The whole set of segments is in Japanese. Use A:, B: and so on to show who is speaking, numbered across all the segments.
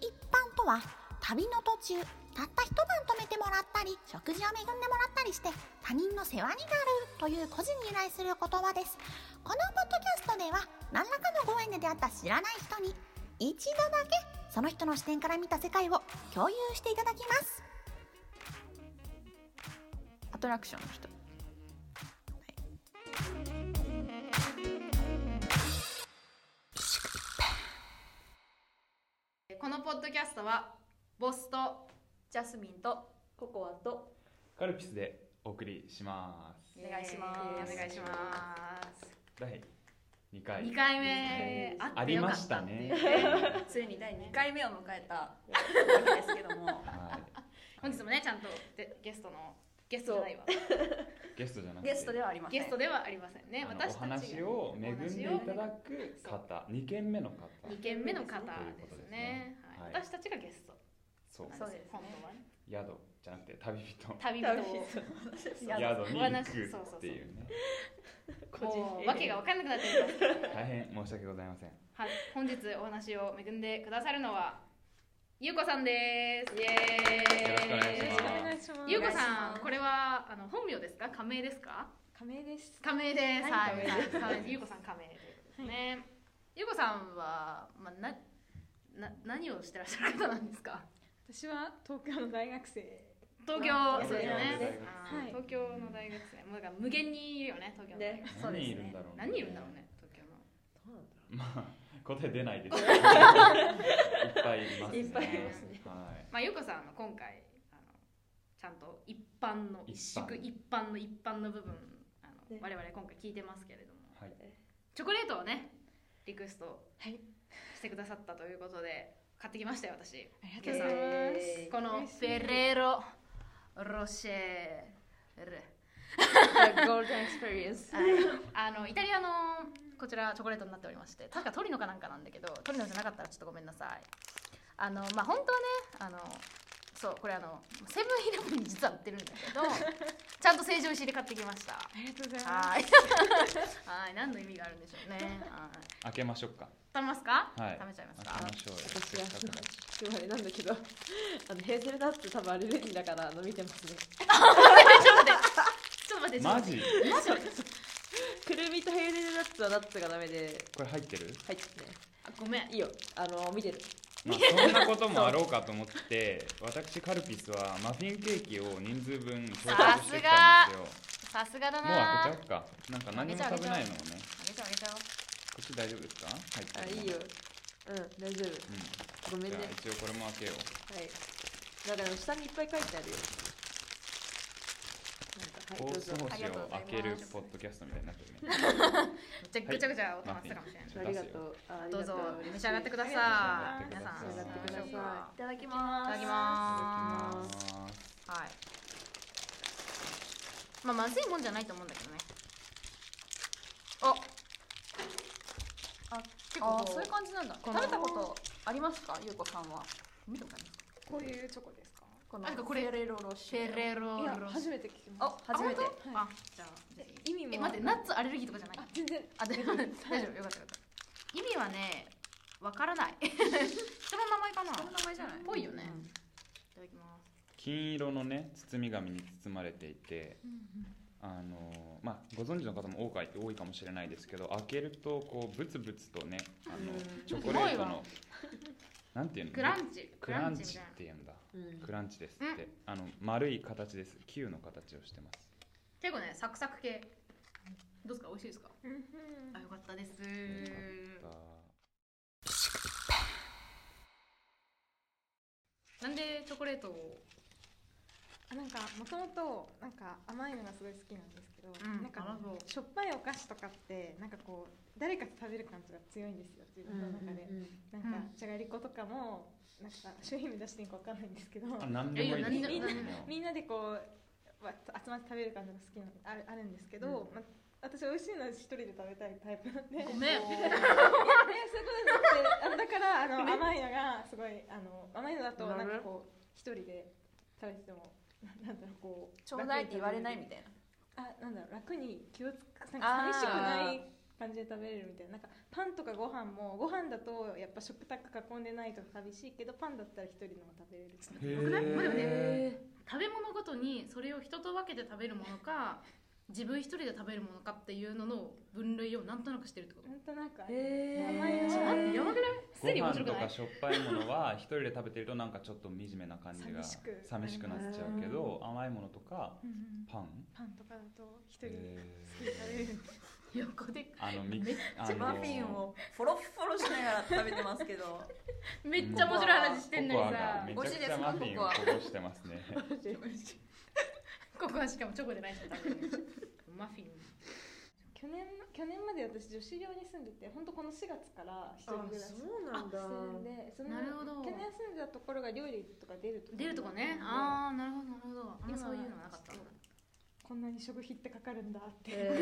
A: 日は旅の途中たった一晩泊めてもらったり食事を恵んでもらったりして他人の世話になるという個人に由来する言葉ですこのポッドキャストでは何らかのご縁で出会った知らない人に一度だけその人の視点から見た世界を共有していただきますアトラクションの人
B: このポッドキャストはボスとジャスミンとココアと
C: カルピスでお送りします。
B: お願いしますお願いします
C: 第2回。
B: 二回目あ
C: ありましたね。
D: ついに第2回目を迎えたわけですけども
C: はい。
B: 本日もねちゃんとでゲストのゲストじゃないわ
C: ゲストじゃなくて。
D: ゲストではありません
B: ゲストではありませんね
C: あの
B: 私
C: お
B: たち
C: 話
B: が
C: を恵んでいただく方、2軒目の方。
B: 二件目の方
C: という
B: で
C: ことですす
B: ね
C: ね
B: はい
C: はい
B: 私たちがゲスト
C: そう。
D: そうですね
B: 本当はね
C: 宿じゃなくて旅人。
B: 旅人
D: 旅
B: を
D: 人
C: 宿に
B: お
C: 行
B: 話そうそうそ
C: く
B: う
C: っていうね。
B: もう訳が分かんなくなっていますけどね
C: 大変申し訳ございません。
B: はい、本日お話を恵んでくださるのはゆうこさんです。イエーイ。
C: よろしくお願いします
B: よろ
E: いしま
B: くゆうこ
D: お願いし
B: さ
D: ま
B: ん、
D: す
B: これはあの本名ですか、仮名ですか。
E: 仮名です。
B: 仮名です。は
E: はいい、
B: はいはいゆうこさん仮名ということですね。ゆうこさんは、まあ、な、な、何をしてらっしゃる方なんですか。
E: 私は東京の大学生。
B: 東京、
D: 東京
B: そうです
D: の大
B: ね
C: 学。
B: あー
E: はい
B: 東京の大学生、もうだから無限にいるよね、東京の大学
D: で
B: 生。
D: そう
C: 何
D: で
C: い
D: す
C: るん
D: ね
C: だろう。
B: 何人いるんだろう。ね、東京の。
C: まあ、答え出な いですけど。いっぱいいますね。
D: いっぱいい
B: ます
C: ね。はい。
B: まあ、ゆうこさんは今回あのちゃんと一般の
C: 一般
B: 一宿一般の一般の部分あの、
D: ね
B: 我々今回聞いてますけれども
C: はい。
B: チョコレートをねリクエスト
E: はい
B: してくださったということで買ってきましたよ私
E: あり
B: がとうござい
D: ます
B: この
E: 嬉しい
B: フェレロロシェル
E: ゴールデンエクスペリエンス。
B: あのイタリアのこちらチョコレートになっておりまして確かトリノかなんかなんだけどトリノじゃなかったらちょっとごめんなさいあのまあ本当はねあのそうこれあのセブンイレブンに実は売ってるんだけどちゃんと成城石井で買ってきました
E: ありがとうございます。
B: はいはい何の意味があるんでしょうねはい
C: 開けましょうか。
B: 食べますか、
C: はい
B: 食べちゃいます
C: 開け
B: か
C: ましょうよ。
F: 私はすごいあれなんだけどあのヘーゼルナッツ多分アレルギーだから飲みてますね
B: ちょっと待ってちょっと
C: マ
B: 待って
C: ジ
B: マジ
F: くるみとヘーゼルナッツはナッツがダメで
C: これ入ってる
F: 入ってね
B: あごめん
F: いいよあの見てる
C: まあ、そんなこともあろうかと思って私カルピスはマフィンケーキを人数分調達してきたんですよもう
B: さすがだな
C: 開けちゃおうかなんか何も食べないのもね
B: あげちゃおうあげちゃおう
C: こっち大丈夫ですか入って
F: あ
C: る
F: いいようん大丈
C: う
F: 夫ごめ
C: ん、
F: ん
C: じ
F: ね
C: ゃあ一応これも開けよ
F: はいだから下にいっぱい書いてあるよなんか
C: う放
F: はいど
C: 送
F: うぞ
C: 紙
B: ありがとう
C: を
B: ございま
C: 開
B: す
C: けるポッドキャストみたいになってるね
B: めっちゃぐちゃぐちゃ音がしたかもしれない
C: ちょっ
F: あ
C: と
F: り
C: 出
F: が
C: す
F: と
C: よ
F: うああり
B: ど
F: が
B: う
F: と
B: ぞ
F: 嬉しい
B: 召し上がってください。皆さん
C: 召し上がってください
B: 召し上がって
D: ただき
B: いた
D: ま
B: だ
D: す
B: き
C: い
B: ま
C: た
B: す
C: だ。きます
B: はい。まあまずいもんじゃないと思うんだけどね。あ、
E: あ、
B: 結
E: あ
B: 構
E: ーそういう感じなんだ。
B: こ
E: 食
B: の
E: べたことありますか、ゆうこさんは。
B: 見たことあり
E: こういうチョコですか。この
B: なんかこれ
E: フェレロロシェ
B: フェレロロ
E: いや初めて聞きま
B: あ
E: し、
F: 初めて
B: あ
E: た。
B: 本当
E: は
B: あ、
E: い
B: じゃあぜひ。
E: 意味も。
B: え、待って、ナッツアレルギーとかじゃない
E: あ。、全然。
B: あ、で大丈夫、よかったよかった。意味はね、わからない。人の名前かな。
E: この名前じゃない。
B: ぽいよね。
F: うん
B: いただきます。
C: 金色のね包み紙に包まれていて、あのまあ、ご存知の方も多い多いかもしれないですけど開けるとこうブツブツとねあのチョコレートのなんていうの
B: クランチ。
C: クラン
B: み
C: チった
B: いな。
C: ていうんだ
F: うん
C: クランチですって、あの丸い形です球の形をしてます
B: 結構ね、サクサク系。どうですか、美味しいですか。あ、よかったです。なんでチョコレートを。
E: あ、なんか、もともと、なんか甘いのがすごい好きなんですけど、
B: うん
E: なん
B: あら
E: か
B: そう。
E: しょっぱいお菓子とかって、なんかこう、誰かと食べる感じが強いんですよ、自分の中で。なんか、
B: うん
E: じゃがりことかもなんか商品名出していいのかわかんないんですけど
C: あ何でもいい
B: いや
C: で
B: い
C: す
B: や
C: よ
B: 何でも
E: みんなでこうわ集まって食べる感じが好きなのあるあるんですけど、ま私美味しいのは一人で食べたいタイプなんで
B: ご めん。
E: いやそういうことじゃなくてあだからあの甘いのがすごいあの甘いのだとなんかこう一人で食べててもななんだろうこう
D: ちょうだいって言われないみ
E: い
D: たいな
E: あなんだろう楽に気をつくなん
D: あ
E: か
D: ー
E: 寂しくない感じで食べれるみたいななんかパンとかご飯もご飯だとやっぱ食卓囲んでないと寂しいけどパンだったら一人のも食べれる
C: へー
B: 僕ねまあでも
C: へ
B: ね食べ物ごとにそれを人と分けて食べるものか自分一人で食べるものかっていうのの分類をなんとなくしてるってこと
E: なんとなくあれ
F: え
E: 名前
B: あ
E: は
B: やばくないす
C: ご
B: でに面
C: 飯
B: 白く
C: と
B: な
C: か
B: い
C: しょっぱいものは一人で食べてるとなんかちょっと惨めな感じが
E: 寂しく
C: 寂しくなっちゃうけど甘いものとか
E: うんうん
C: パン
E: パンとかだと一人で好きで食べれ
C: え
E: る
B: 横で
C: ーあのみ
B: めっち
C: あの
D: マフィンをフォロッフォロしながら食べてますけど
B: めっちゃ面白い話してんのに
C: ココアが
B: さ
C: めちゃくちゃマフィンをこぼしてます ね
B: ここはしかもチョコじゃないし食べるマフィン
E: 去年去年まで私女子寮に住んでて本当この4月から一人暮らし
F: うなんだ
E: してるんでその
B: なるほど
E: 去年住んでたところが料理とか出るとこ
B: 出るとこね
E: あ
B: ああなるほどなるほどあんまそういうのなかったんだ
E: こんなに食費ってかかるんだって、
F: え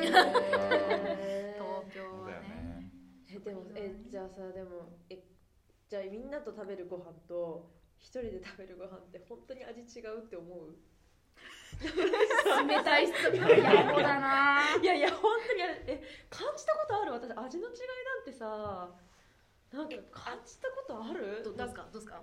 F: ー
B: 東京
C: そう
B: は
C: だよ
B: ね
C: ね
F: えでもえじゃあさでもえじゃあみんなと食べるご飯と一人で食べるご飯って本当に味違うって思う
B: 冷たい 人 やっこだない
F: やいや本当にあれえ感じたことある私味の違いなんてさなんか感じたことある
B: どどうですかどうですか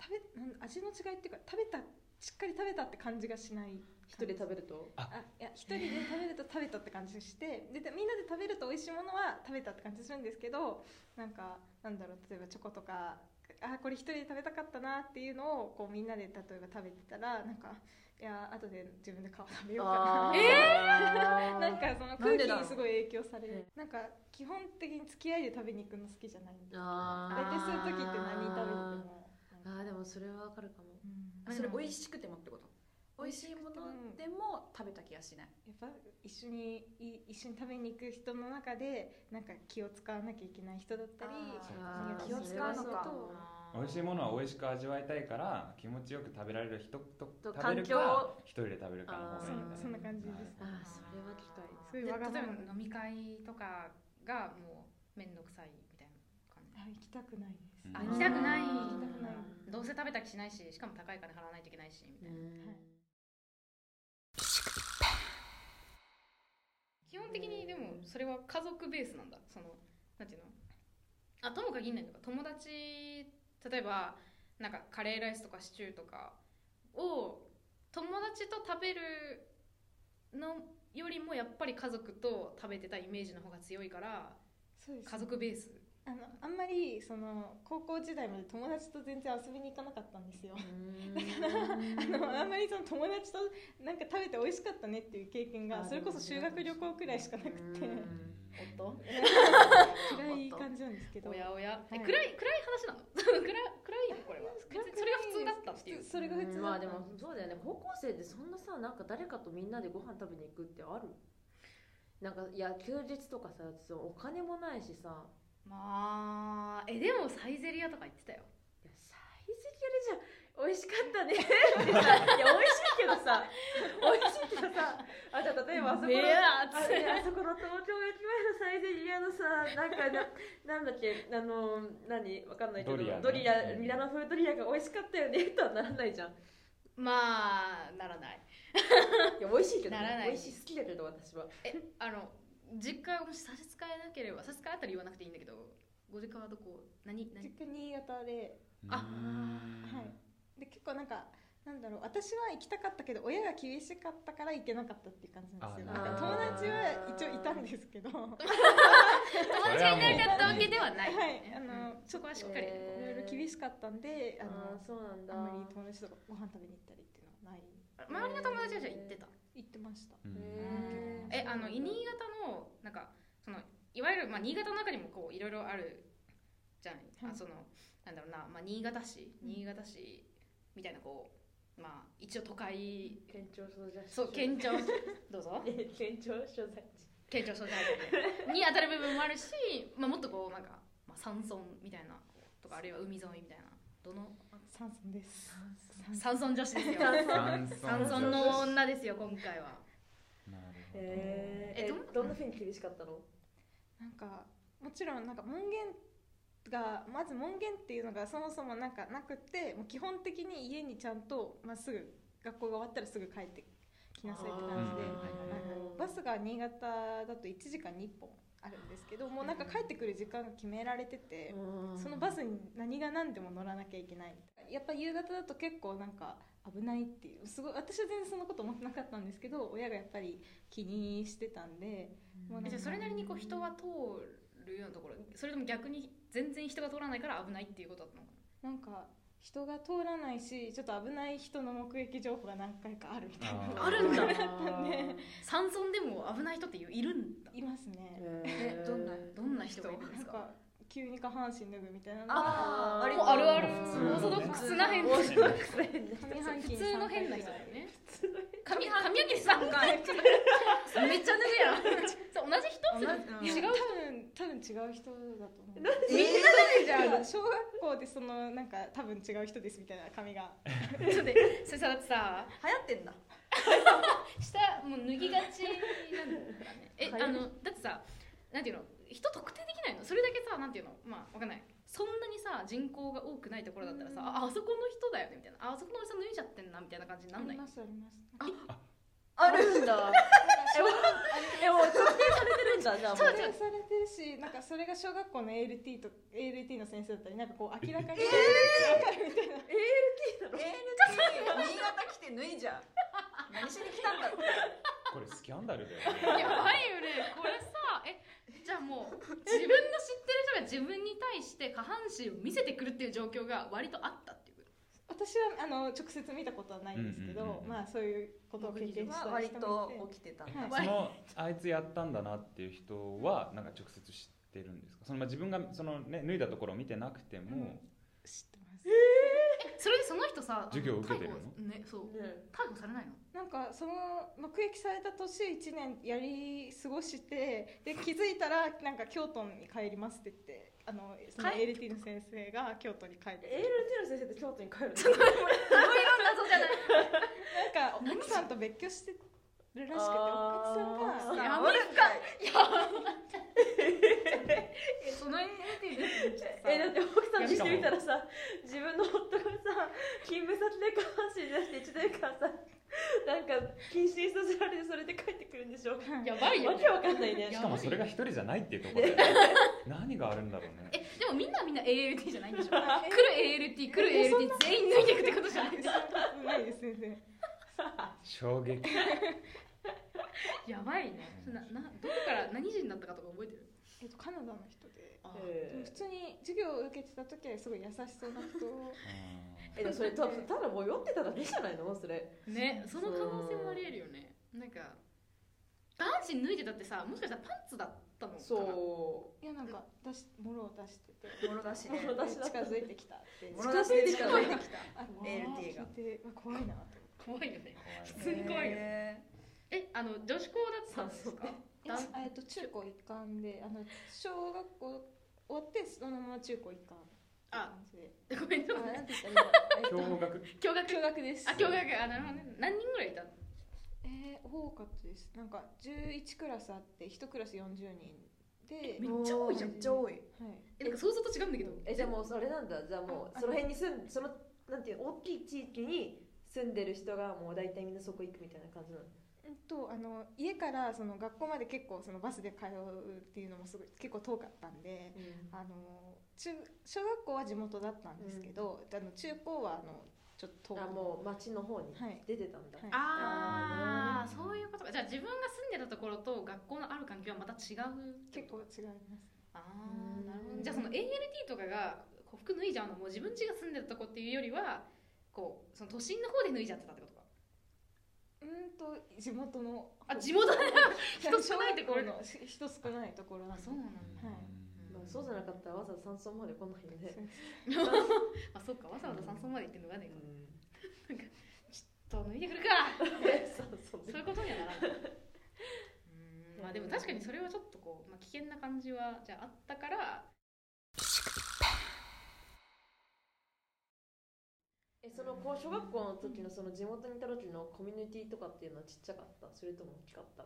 E: 食べなん味の違いっていうか食べたしっかり食べたって感じがしない
F: 一人で食べると
E: あいや一人で食べると食べたって感じしてででみんなで食べると美味しいものは食べたって感じするんですけどなんかなんだろう例えばチョコとかあこれ一人で食べたかったなっていうのをこうみんなで例えば食べてたらなんかいや後で自分で顔食べようかな
F: えー
E: なんかその
F: な
E: 空
F: んで
E: 気
F: だろ
E: に
F: う
E: すごい影響されるなんか基本的に付き合いで食べに行くの好きじゃないんで
F: あ
E: 相手する時って何食べても
F: ーあーでもそれはわかるかも
E: うん
B: うん
D: それ美味しくてもってこと美味しいものでも食べた気がしない
E: やっぱ一緒にい一緒に食べに行く人の中でなんか気を使わなきゃいけない人だったり
D: あ
F: あー
E: 気を使うの
F: それ
E: と
F: は
E: あ
F: そう
C: 美味しいものは美味しく味わいたいから気持ちよく食べられる人と
F: と
C: 食べる
F: 環境
C: か一人で食べるかの方がいいんだ
E: そんな感じです
F: あーそれは聞きたい
E: そういう
B: で例え
E: わが
B: ば
E: まま
B: 飲み会とかがもう面倒くさいみたいな感じ
E: 行きたくないです、
B: あ行きたくない
E: 行きたくない
B: どうせ食べた気しないししかも高い金払わないといけないしみたいな、基本的にでもそれは家族ベースなんだそのなんていうのあとも限らないのか友達例えばなんかカレーライスとかシチューとかを友達と食べるのよりもやっぱり家族と食べてたイメージの方が強いから
E: そうです
B: 家族ベース
E: あのあんまりその高校時代まで友達と全然遊びに行かなかったんですよ あのあんまりその友達となんか食べて美味しかったねっていう経験がそれこそ修学旅行くらいしかなくて
F: 夫
E: 暗い感じなんですけど
B: おやおや、え
E: はい
B: 暗い暗い話なの 暗い暗いのこ れは別にそれが普通だったっていう
E: それが普通だった
F: まあでもそうだよね高校生でそんなさなんか誰かとみんなでご飯食べに行くってあるなんかいや休日とかさそのお金もないしさ
B: まあえでもサイゼリアとか言ってたよ
F: いやサイズリアルじゃん美味しかったねってさいや美味しいけどさ美味しいけどさあじゃあ例えばあそこの
B: いや
F: あいやあそこの東京駅前のサイゼリアのさなんかななんだっけあの何わかんないけど
C: ドリアね
F: アミラノ風ドリアが美味しかったよねとはならないじゃん
B: まあならない
F: いや美味しいけど、ね、
B: ならない
F: 美味しい好きだけど私は
B: えあの実家をもし差し支えなければ差し支えあったら言わなくていいんだけどご実家はどこ何
E: 実
B: 何
E: 家新潟で
B: あ
C: は
E: はいで結構なんかなんだろう私は行きたかったけど親が厳しかったから行けなかったっていう感じなんですよ
C: あー
E: なんか友達は一応いたんですけど
B: 友
E: は
B: 達がいなかったわけではない、
E: いあの
B: そこはしっかり、
E: いろいろ厳しかったんであ
F: あ
E: の
F: のそうなんだ
E: あんまり友達とご飯食べに行ったりっていうのは
B: 周
E: ない
B: りの友達はじゃあ行ってた
E: 行ってました
B: え
F: へー
B: あの新潟のなんかそのいわゆる、まあ、新潟の中にもこういろいろあるじゃない、
E: はい
B: あそのなんだろうな、まあ、新潟市
E: うん
B: 新潟市みたいなこう、まあ、一応都会
F: 県庁所在地
B: そう県 庁どうぞ
F: え県庁所在地
B: 県庁所在地に当たる部分もあるし、 まあ、もっとこうなんか、まあ、山村みたいなとかあるいは海沿いみたいなどの
E: 三村です三村
B: 山村女子ですよ
C: 山
B: 山村の女ですよ今回は
C: なるほど
F: え
B: え
F: え
B: どん
F: どんな風に厳しかったの
E: なんかもちろんなんか門限がまず門限っていうのがそもそもなんかなくってもう基本的に家にちゃんと、まあ、すぐ学校が終わったらすぐ帰ってきなさいって感じで
C: あー
E: あのバスが新潟だと1時間に1本あるんですけどもうなんか帰ってくる時間が決められてて、
F: うん
E: そのバスに何が何でも乗らなきゃいけないみたいなやっぱ夕方だと結構なんか危ないっていうすごい私は全然そんなこと思ってなかったんですけど親がやっぱり気にしてたんでもうなん
B: え
E: か
B: じゃあそれなりにこう人は通るようなところそれとも逆に全然人が通らないから危ないっていうことだったのか
E: なんか人が通らないしちょっと危ない人の目撃情報が何回かあるみたいな
B: あるんだ
F: あー
B: 山村でも危ない人っているんだ
E: いますね
B: え
F: へー
B: どんなどんな人がいるんで
E: な
B: す
E: ん
B: か
E: か急に下半身脱ぐみたいなのが
F: あ
D: あーあ
F: ー
D: れ
B: もうあるある
C: 普通
B: オ
C: のね
B: ーソドックスな変な人
E: 上半
B: 普
E: 身
B: 通の変な人だよね髪髪上げ3回 めっちゃ脱ぐやんそう同じ人違
E: 違う
B: う
E: 多分多分違う人だと思う
D: みんな誰じゃん
E: なんか小学校でそのなんか多分違う人ですみたいな髪が
B: ちょっと待ってそれさだってさ
D: 流行ってんだ
B: 下もう脱ぎがちなんだねえ
F: 早い
B: あのだってさなんていうの人特定できないのそれだけさなんていうのまあわかんないそんなにさ人口が多くないところだったらさ、ああそこの人だよねみたいなああそこのおじさん脱いじゃってんなみたいな感じになん
E: あ
B: ない
E: りますあります
F: あるんだえもうえもう特定されてるんだじゃあもう
E: 固定されてるしなんかそれが小学校の ALT と ALT の先生だったりなんかこう明らかに分かるみたいな
D: ALT 新潟来て脱いじゃん何しに来たんだろう
C: これスキャンダルだ
B: や
C: よね
B: ばいよねこれさえじゃあもう自分の知ってる人が自分に対して下半身を見せてくるっていう状況が割とあったっていう
E: 私はあの直接見たことはないんですけ
C: うんうんうん
E: ど
C: うん
E: まあそういうことを経験した
D: は
E: 人もいて
D: 割と起きてたんだ
E: はい
C: そのあいつやったんだなっていう人はなんか直接知ってるんですかその、まあ、自分がその、ね、脱いだところを見てなくても、
E: うん知ってます
B: えそれでその人さあの
C: 授業受けてるの
B: 逮捕ねそう
F: ね
B: 逮捕されないの
E: なんかその目撃された年1年やり過ごしてで気づいたらなんか京都に帰りますって言ってあのその
B: 帰
E: ALT の先生が京都に帰っ
F: エー
E: て
F: ルティの先生って京都に帰るの
B: いろいろ謎じゃない
E: なんか奥さんと別居してるらしくて
F: あー
E: 奥さん
B: や
E: が
D: や
B: ば
D: ば
B: い
D: い
B: えその NT で
F: えだって奥さんにしてみたらさ自分の夫がさ勤務先で下半身出して1年間さなんか謹慎させられてそれで帰ってくるんでしょ
B: やばいよ
F: わ
B: ね
F: けわかんないね
C: しかもそれが一人じゃないっていうとこ ろで何があるんだろうね
B: えでもみんなみんな ALT じゃない んでしょ来る ALT 来
E: え
B: る
E: そん
B: ALT 全員脱いでいくってことじゃないでし
E: ないです全然
C: 衝撃
B: ょやばいねななどこから何時になったかとか覚えてる
E: えっとカナダの人で
B: あ
E: でも
F: え
E: 普通に授業を受けてた時はすごい優しそうな人
F: えでもそれ多分ただもう酔ってただけじゃないのそれ
B: ねその可能性もありえるよねなんか下半身脱いでたってさもしかしたらパンツだったのかな
F: そう
E: いやなんか出し物を出してて
D: もろだし
F: も
D: ね
F: ろ出しだ
E: 近づいてきたって
D: もろ出しで近づいてきた
E: あ
D: ALT が
E: 聞いてうわ怖いなと
B: 怖いよね普
C: う
B: 通に怖いよね
D: へ
B: えあの女子校だったんですかだ
E: 思ってえっと中高一貫であの小学校終わってそのまま中高一貫
B: あ
E: って感じで
B: ごめんちょっと
E: あ
B: 待
E: な
B: っ
E: ん
B: て
E: て言ったらいい
C: 驚
E: の
C: 愕
E: えっ
B: 驚
E: と
B: 愕
E: 共学です
B: あ驚愕あなるほどね何人ぐらいいたの
E: えー多かったですなんか11クラスあって1クラス40人で
B: めっちゃ多いじゃん
D: めっちゃ多い
E: はい
B: えなんか想像と違うんだけど
F: えじゃあもうそれなんだじゃあもう
E: あ
F: その辺に住んそのなんていう大きい地域に住んでる人がもう大体みんなそこ行くみたいな感じなの
E: うんとあの家からその学校まで結構そのバスで通うっていうのもすごい結構遠かったんであの中小学校は地元だったんですけど、あの中高はあのちょっと遠
F: あもう町の方に
E: はい
F: 出てたんだ、
E: はい
B: ああ
F: あーなる
B: そういうことかじゃあ自分が住んでたところと学校のある環境はまた違う
E: 結構違います
B: ああ
F: うん
B: なるほどじゃあその ALT とかがこう服脱いじゃうのも自分家が住んでたとこっていうよりはこうその都心の方で脱いじゃってたってことか
E: うーんと地元の
B: あ地元で人少ないところ
E: 小学校のし人少ないところなん
B: あ
E: で
B: そうなん だ
F: まあ、そうじゃなかったらわざわざ山荘まで来ないよね、
B: あそうかわざわざ山荘まで行って脱が ねえか
F: う
B: ちょっと脱いでくるか
F: ん、 そうそう
B: そういうことにはならない うんまあでも確かにそれはちょっとこう、まあ、危険な感じはじゃああったから
F: えそのこう小学校の時のその地元にいた時のコミュニティとかっていうのはちっちゃかったそれとも大きかった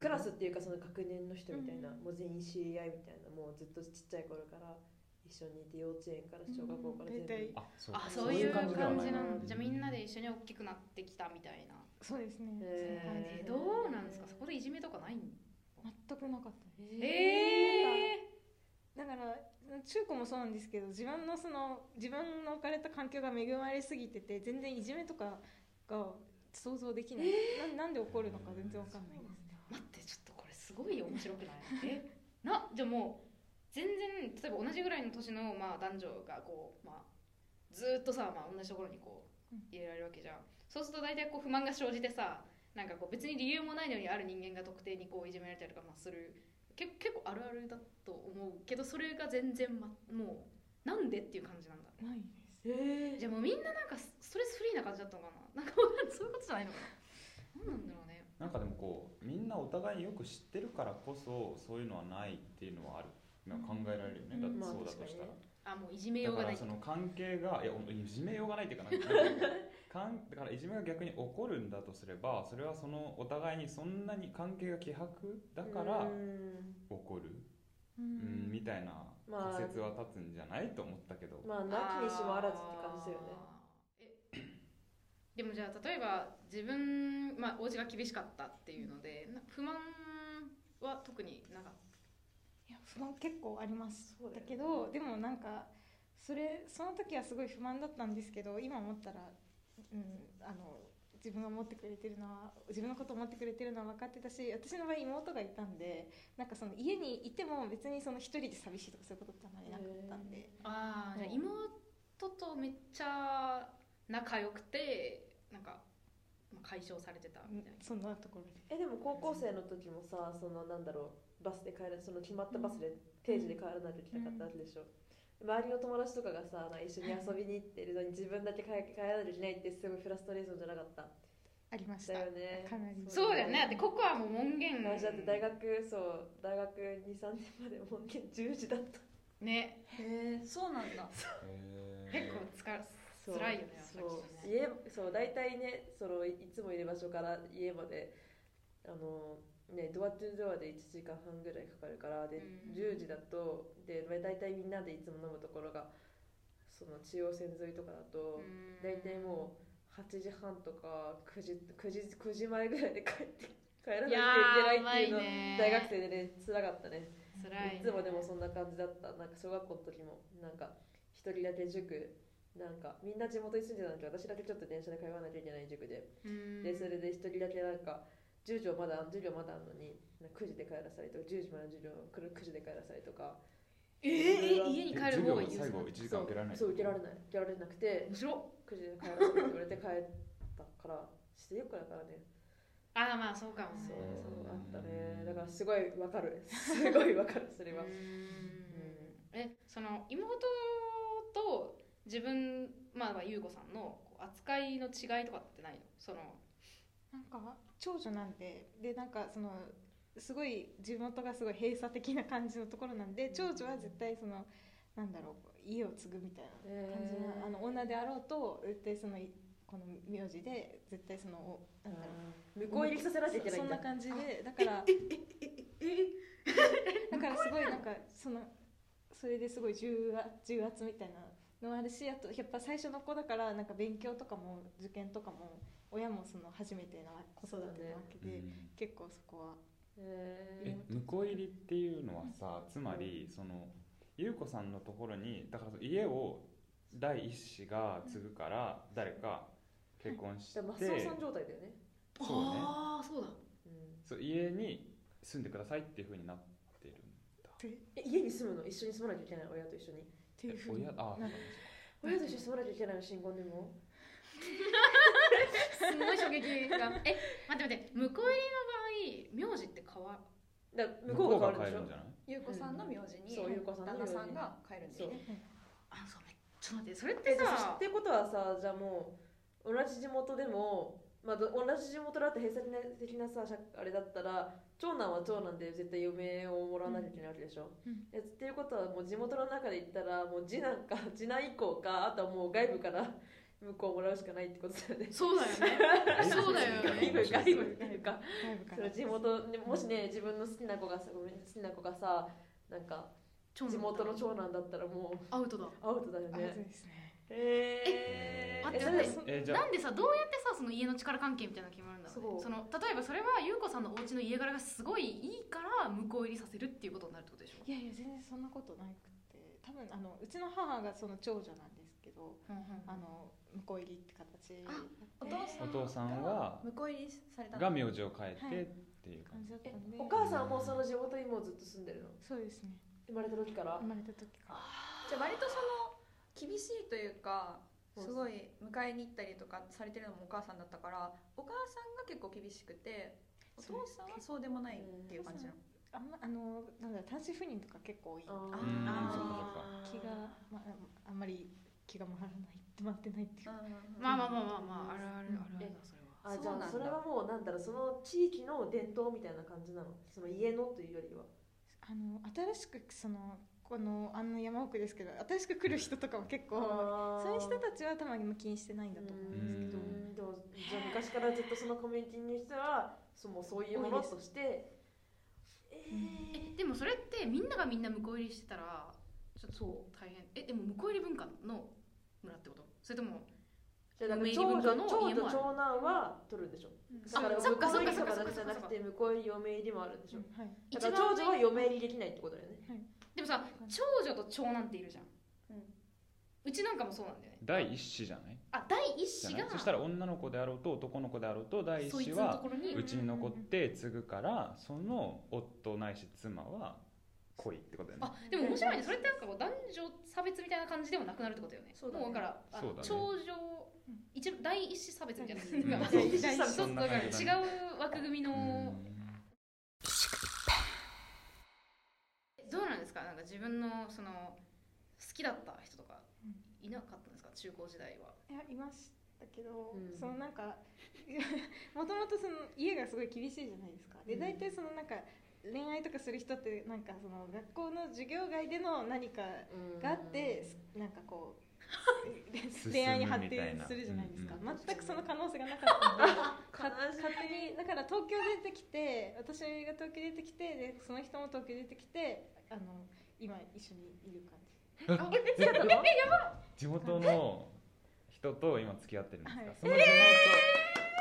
F: クラスっていうかその学年の人みたいな、
E: うん
F: もう全員知り合いみたいなもうずっとちっちゃい頃から一緒にいて幼稚園から小学校から全部、
E: うん大体
C: あそう
B: あ
F: そう
B: そういう感じな
F: そういう感じな
B: の
F: の
B: じゃあみんなで一緒に大きくなってきたみたいな
E: そうですね、
F: へー
E: そんな感じ
B: えーどうなんですかそこでいじめとかないの
E: 全くなかったです
G: え
E: だから中高もそうなんですけど自分のその自分の置かれた環境が恵まれすぎてて全然いじめとかが想像できない、ななんで起こるのか全然わかんないです
B: 待ってちょっとこれすごい面白くないえ なじゃあもう全然例えば同じぐらいの年の、まあ、男女がこう、まあ、ずーっとさ、まあ、同じところにこう
E: うん
B: 入れられるわけじゃん、そうすると大体こう不満が生じてさなんかこう別に理由もないのにある人間が特定にこういじめられたりとかまあするけ結構あるあるだと思うけどそれが全然、ま、もうなんでっていう感じなんだ
E: ない
B: じゃあもうみんななんかストレスフリーな感じだったのかななんか わかんないそういうことじゃないのかななんなんだろうね
C: なんかでもこうみんなお互いによく知ってるからこそそういうのはないっていうのはあるなんか考えられるよね、だってそうだとしたら、
B: あもういじめよう
C: だ
B: が
C: か
B: な
C: ら
B: い
C: その関係がいやおいじめようがないっていうかなん かなんかかんだからいじめが逆に起こるんだとすればそれはそのお互いにそんなに関係が希薄だから
F: う
C: 起
F: ん
C: こるうんみたいな
F: まあ
C: 仮説は立つんじゃないと思ったけど、
F: まあなきにしもあらずって感じだよね
B: ねでもじゃあ例えば自分まあお家が厳しかったっていうのでな不満は特になかっ
E: いや不満結構あります
F: そうだよ
E: だ
F: ね
E: けどでもなんかそれその時はすごい不満だったんですけど今思ったら、うん、あの自分が思ってくれてるのは自分のことを思ってくれてるのは分かってたし私の場合妹がいたんでなんかその家にいても別にその一人で寂しいとかそういうことってあまりなかったんで
B: たああじゃあ
E: うん
B: 妹とめっちゃ仲良くてなんかまあ解消されてたみたいな
E: そんなところで
F: えでも高校生の時もさそのなんだろうバスで帰るその決まったバスで定時で帰らないといけなかったわけでしょ、周りの友達とかがさなんか一緒に遊びに行ってるのに自分だけ帰帰らないといけないってすごいフラストレーションじゃなかった
E: ありました
F: だよね
E: かなり
B: そうだよねだってここはもう門限
F: 私だって大学そう大学23年まで門限10時だった
B: ね
H: へえそうなんだ
C: えー
B: 結構疲れ
F: そう
B: 辛いよね
F: そう
B: 私
F: 家そう大体ねそのいつもいる場所から家まであのねドアトゥドアで1時間半ぐらいかかるからで、
B: うん
F: 10時だとでまあ大体みんなでいつも飲むところがその中央線沿いとかだと、
B: うん
F: 大体もう8時半とか9時 ,9 時 ,9 時前ぐらいで帰って帰らなきゃいけないっていうの
B: いやーうまいね
F: 大学生でね辛かったね
B: 辛いね
F: いつもでもそんな感じだったなんか小学校の時もなんか一人だけ塾なんかみんな地元に住んでたんだけど私だけちょっと電車で通わなきゃいけない塾で、
B: うん
F: でそれで一人だけなんか10時まだ授業まだあんのになんか9時で帰らされとか10時までの授業くる9時で帰らされとか
B: え
F: え
B: ー、家に帰る方がいい
C: 授業最後1時間受けられない
F: そうそう受けられない受けられなくて
B: 面白
F: 9時で帰らされって言われて帰ったからしてよくだからね
B: ああまあそうかもね
F: そうそうあった
C: う
F: ね
C: ん
F: だからすごいわかるすごいわかるそれは
B: うーんえその妹と自分まあまあ優子さんのこう扱いの違いとかってないのその
E: なんか長女なんででなんかそのすごい地元がすごい閉鎖的な感じのところなんで長女は絶対そのなんだろう家を継ぐみたいな感じの,、
F: えー
E: あの女であろうと絶対そのこの名字で絶対そのおなんだろう
F: 向こう入りさせなきゃいけない
E: そ
F: ん
E: ん
F: だ
E: な感じでだからだからすごいなんかそのそれですごい重圧重圧みたいなのもあるしあとやっぱ最初の子だからなんか勉強とかも受験とかも親もその初めてな子育てなわけ
C: う
E: で、
C: ん
E: 結構そこは
F: え
C: え向こう入りっていうのはさつまりその優子さんのところにだからその家を第一子が継ぐから誰か結婚して、
F: ー、マスオさん状態だよね、
C: そうね
B: ああそうだ
F: うん
C: そう家に住んでくださいっていうふうになってる
F: え家に住むの一緒に住まなきゃいけない親と一緒に
E: っていうふうに
C: 親あ
E: なんか
F: 親と一緒に住まなきゃいけないの新婚でも
B: すごい衝撃が え待って待って向こう入りの場合名字って変わ
F: だから向
C: 向こ
F: こ
C: う
F: う
C: が変
F: が変
C: わる
F: わる
C: んじ
F: で
C: ゃない
H: 優子さんの名字に
F: そう優子さんの名
H: 旦
F: 字
H: 那
F: に
H: さんが帰るん
F: で
H: だ
F: しょ
H: よ
F: そう
H: ね
B: あそうめちょっと待ってそれっ
F: え
B: て
F: じゃあ知
B: さ
F: ってことはさじゃあもう同じ地元でもまあど同じ地元だって閉鎖的なさ社あれだったら長男は長男で絶対嫁をもらわなきゃいけないわけでしょ、
E: うん
F: えっていうことはもう地元の中で言ったらもう次男か次男以降かあとはもう外部から 向こうをもらうしかないってことだよね
B: そうだよねそうだよ
F: 外
B: ね
F: 部外部っていうか
E: 外部か
F: その
E: ら
F: 地元でもしね自分の好きな子がさごめん好きな子がさなんか
B: 長男
F: 地元の長男だったらもう
B: アウトだ
F: アウトだよ
E: あそう
F: ね
E: ですね
F: え
B: 待って
F: それ
B: 待って
F: そ
C: えじゃあ
B: なんでさどうやってさその家の力関係みたいなの決まるんだろう,、
F: そ
B: ね、
F: う
B: その例えばそれは優子さんのお家の家柄がすごいいいから向こう入りさせるっていうことになるってことでしょ、
E: いやいや全然そんなことなくて多分あのうちの母がその長女なんですけど
B: うんうん
E: あの向こう入りって形で
D: お父さ
C: お
D: ん
C: 父さんは
D: 向こう入りされた
C: が
D: の
C: 名字を変
E: は
C: えて
E: い
C: っていう感
E: 感
C: じ、
E: じだった
F: え
E: んで
F: お母さんはもうその地元にもうずっと住んでるの
E: そうですね
F: 生まれた時から
E: 生まれた時から
D: じゃあ割とその厳しいというか
F: そう
D: すごい迎えに行ったりとかされてるのもお母さんだったからお母さんが結構厳しくてお父さんはそうでもないっていう感じなの
E: あんまあのなんだろう単身赴任とか結構多い
F: あ
C: うん
D: あー
C: そっかそっか
E: 気が、まあ、あんまり気が回らない回ってないっていうか
D: うん
B: まあまあまあまあまああるあるあるある
F: え
B: だそれは
F: あ
D: そう
F: じゃ
D: なんだ
F: あそれはもうなんだろうその地域の伝統みたいな感じなのその家のというよりは
E: あの新しくそのこのあの山奥ですけど新しく来る人とかは結構そういう人
F: だ
E: たちはたまにも気にしてないんだと思う
C: うんですけど
F: でもじゃあ昔からずっとそのコミュニティにしてはそのそういうものとしてえ
B: えでもそれってみんながみんな向こう入りしてたらちょっとそう大変えでも向こう入り文化の村ってことそれとも
F: ー、じゃあなんか
B: 嫁入り文化
F: 長
B: の
F: 女
B: 家もあ
F: 長女
B: る
F: 長男は取るんでしょだから
B: あそっ
F: 向
B: か
F: こ
B: そっ
F: う入
B: かそ
F: りと
B: っかそ
F: かだ
B: っかそ
F: けじゃ
B: っか
F: な
B: そっか
F: くて向こう入り嫁入りもあるんでしょ
E: はい
F: だから長女は嫁入りできないってことだよね
B: でもさ長女と長男っているじゃん、う
D: うん
B: ちなんかもそうなんだよね
C: 第一子じゃない
B: あ第一
C: じゃ
B: 子
C: ない
B: が
C: そしたら女の子であろうと男の子であろうと第一
B: そいつ
C: 子
B: のと
C: は
B: ころに
C: うちに残って継ぐからその夫ないし妻は恋ってことだよね
B: あでも面白いねそれってなんかこう男女差別みたいな感じでもなくなるってことよね
D: そうだね
B: もうだからあの
C: そうだね
B: 長女一第一子差別みたいな、
E: うん
B: なんか
C: うん
F: そう
B: ちょっとだから違
C: そんな感
B: う枠組みの、
C: うん
B: どうなんですかなんか自分のその好きだった人とかいなかったんですか中高時代は、
E: いやいましたけど、
F: うん
E: そのなんか もともとその家がすごい厳しいじゃないですかで
F: うん
E: 大体そのなんか恋愛とかする人ってなんかその学校の授業外での何かがあってなんかこう恋愛に発展するじゃないですか
C: 進むみたい
F: なうんうん
E: 全くその可能性がなかったのでか
F: 悲しい
E: 勝手にだから東京出てきて私が東京出てきてでその人も東京出てきてあの今一緒にいる感じ
C: えやば地元の人と今付き合ってるんですか、
E: はい
C: その地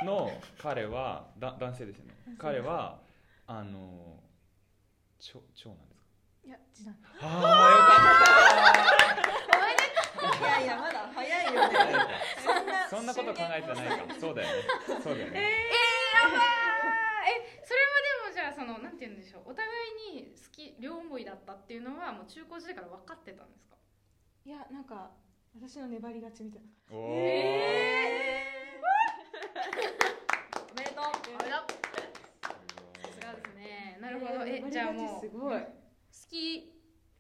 C: 元の彼はだ男性ですよね彼はあの長長男ですか
E: いや次男
C: あ
D: いやいやまだ早い よ
C: あよ
D: ね
C: かったそんなこと考えてないかそうだよねそうだよね、
B: えそれはでもじゃあそのなんて言うんでしょうお互いに好き両思いだったっていうのはもう中高時代から分かってたんですか
E: いやなんか私の粘り勝ちみたいな
C: おー
D: おめでとう
B: あれださすがですねなるほどえ
E: 粘り
B: じゃあ
E: 勝ち
B: もう
E: すごい
B: 好き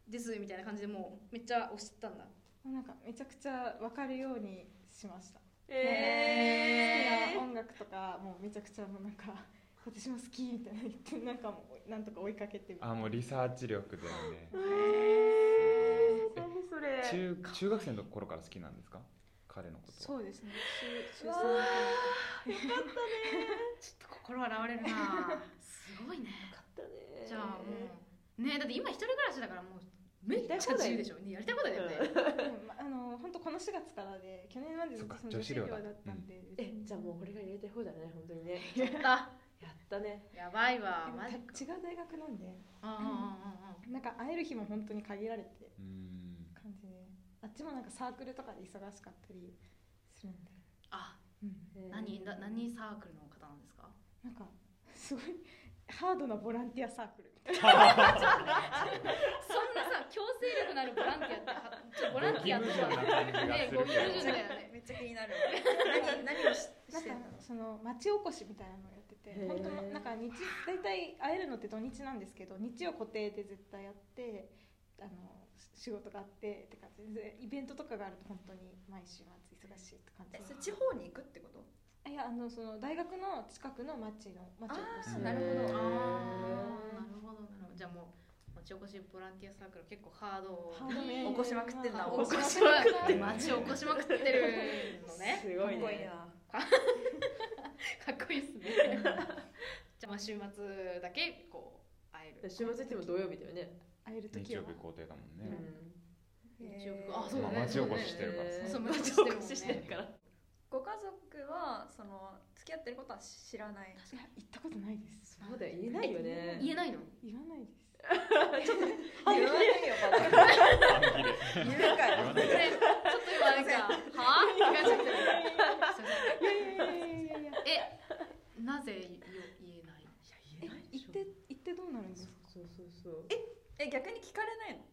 B: ですみたいな感じでもうめっちゃ押してたんだ
E: なんかめちゃくちゃ分かるようにしました、
F: え
E: 好きな音楽とかもうめちゃくちゃもうなんか私も好きみたいな言ってなんかもうなんとか追いかけてみたい
C: あ
E: な
C: もうリサーチ力だよね
F: ー何それ
C: 中中学生の頃から好きなんですか彼のこと
E: そうですね中中
D: うわ
E: 3
B: ちょっと心洗われるなすごいねじゃあもうねだって今一人暮らしだからもうめっちゃ自由でしょねやりたいことだよね
E: でもま あの本当この4月からで去年までずっと
C: そっか女
E: その女
C: 子
E: 子
C: 寮
E: 寮
C: だ
E: だったんで、別
F: え
E: に
F: じゃあもうこれがやりたい方だね本当にね
B: やった
F: やったね
B: やばいわ
E: でも
B: マ
E: た
B: ジ
E: 違
B: か
E: う大学なんで
B: うんうんうんうん
E: なんか会える日も本当に限られて
C: うん
E: 感じであっちもなんかサークルとかで忙しかったりするんで、
B: あ
E: うん、
B: 何な何サークルの方なんですか
E: なんかすごいハードなボランティアサークル
B: そんなさ強制力のあるボランティアってはちょっとボランティアと
C: ご義務順な感じが
B: ね
C: す
B: ご義務順だよね
C: るけど
D: めっちゃ気になるわ何何をし
E: なん
D: して
E: か
D: んの
E: その町おこしみたいなのをやってて
F: へー
E: 本当のなんか日大体会えるのって土日なんですけど日曜固定で絶対やってあのし仕事があってって感じでイベントとかがあると本当に毎週末忙しいって感じ
D: えそれ地方に行くってこと
E: あいやあのその大学の近くの町の町おこし
D: あーなるほど
B: あー
F: へ
B: な
F: ー
B: るほどなるほどじゃあもう町おこしボランティアサークル結構ハード
E: ハードめ
D: 起こしまくってんな
E: まあ
D: 起こしま
E: 起こしまく
D: く
C: っ
E: っ
B: 町を起こしまく
C: んな
E: ててんな
B: ってるのね
F: すごい
D: すごい
F: ね
D: な
B: かっこいいっすねじゃあまあ週末だけこう会える
F: 週末行っても土曜日だよね
E: 会える
C: 日
E: 時
C: 曜
E: は
C: 日校庭だもんね、
F: うん
I: 一応あそうだね
C: まあ町おこししてるから
I: そう
C: さ
I: そう町
B: 町お
I: お
B: こ
I: こ
B: し
I: し
B: し
I: してて
B: る
I: る
B: か
I: からら
D: ご家族はその付き合ってることは知らない
E: いや行ったことないです
F: そうだよ言えないよね
I: 言えないの
E: 言わないです
I: ねちょっと今なんか「はぁって感じだったよねすい
C: 半切れ
F: 言わないよ言えない
I: ません
E: いやいやいやいやいや
I: えなぜ言言えない
E: え行って行ってどうなるんですか
F: そうそうそう
D: え逆に聞かれないの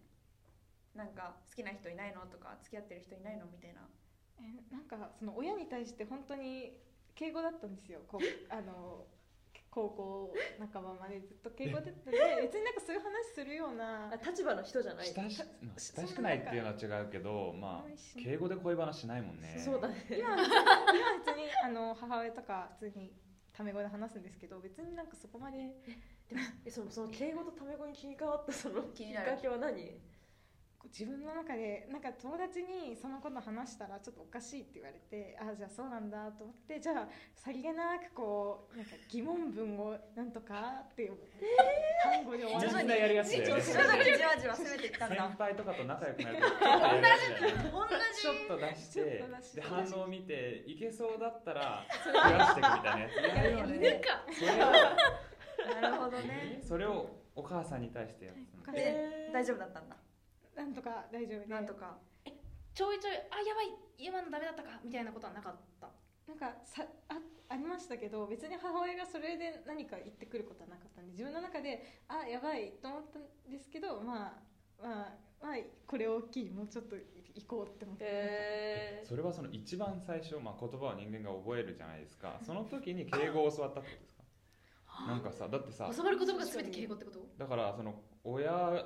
D: なんか好きな人いないのとか付き合ってる人いないのみたいな
E: えなんかその親に対して本当に敬語だったんですよこうあの高校仲間までずっと敬語だったんで別になんかそういう話するような
F: あ立場の人じゃない
C: 親しまあ親しくないっていうのは違うけどまあ敬語で恋バナしないもんね
F: そうだね
E: 今は別に今は別にあの母親とか普通にタメ語で話すんですけど別になんかそこまで
F: えそのその敬語とタメ語に切り替わったその
D: 気
F: き
D: に
F: っ
D: なる
F: かけは何
E: こう自分の中でなんか友達にそのこと話したらちょっとおかしいって言われてああじゃあそうなんだと思ってじゃあさりげなくこうなんか疑問文をなんとかっていう単語で終わ
C: み
E: らせ
C: んな
E: て
C: やるやつだよね
D: 徐々にじわじわ攻めていっ たん
C: 先
D: だ
C: 輩とかと仲良くなるとちょっと出して
E: ちょっと出して
C: で反応を見ていけそうだったら増やしていくみたいなやつやるよ
I: 犬
C: ね
I: か
C: それを
D: なるほどね
C: それをお母さんに対してやる
E: お母さん
D: で大丈夫だったんだ
E: なんとか大丈夫で
D: なんとか
I: ちょいちょいあやばい今のダメだったかみたいなことはなかった
E: なんかさあありましたけど別に母親がそれで何か言ってくることはなかったんで自分の中であやばいと思ったんですけどまあまあまあこれを機にもうちょっと行こうって思って、
F: え
C: それはその一番最初、まあ、言葉を人間が覚えるじゃないですかその時に敬語を教わったってことですかなんかさだってさ
I: 教わる言葉が全て敬語ってこと
C: だからその親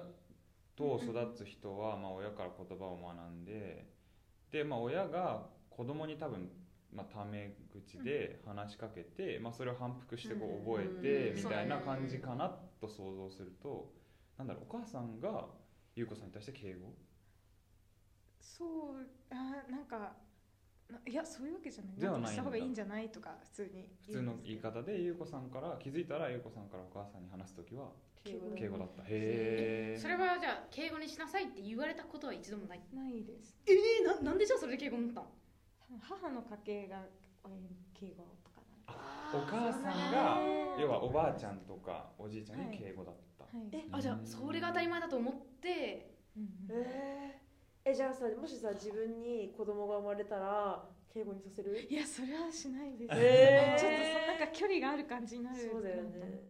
C: と育つ人は、まあ、親から言葉を学んでで、まあ、親が子供に多分、まあ、タメ口で話しかけて、まあ、それを反復してこう覚えて
F: うん
C: みたいな感じかなと想像するとなんだろうお母さんが優子さんに対して敬語
E: そうあなんかないやそういうわけじゃない
C: ではないんだ
E: んとかした方がいいんじゃないとか普通に
C: 普通の言い
E: 方
C: 方で優子さんから気づいたら優子さんからお母さんに話す時は
F: ー、敬語
C: 敬語だったへえ
I: それはじゃあ敬語にしなさいって言われたことは一度もない
E: ないです
I: ええななんでじゃあそれで敬語になったの
E: 多分母の家系が親に敬語とかな
C: お母さんが要はおばあちゃんとかおじいちゃん
E: は
C: に
E: い
C: 敬語だった、
E: んで、
I: え
E: は
I: あ
E: い
I: じゃあそれが当たり前だと思って
E: うんうん
F: えー、えじゃあさもしさ自分に子供が生まれたら敬語にさせる
E: いやそれはしないです、
F: えー
E: ちょっとそのなんか距離がある感じになる
F: そうだよ
E: なんか
F: ね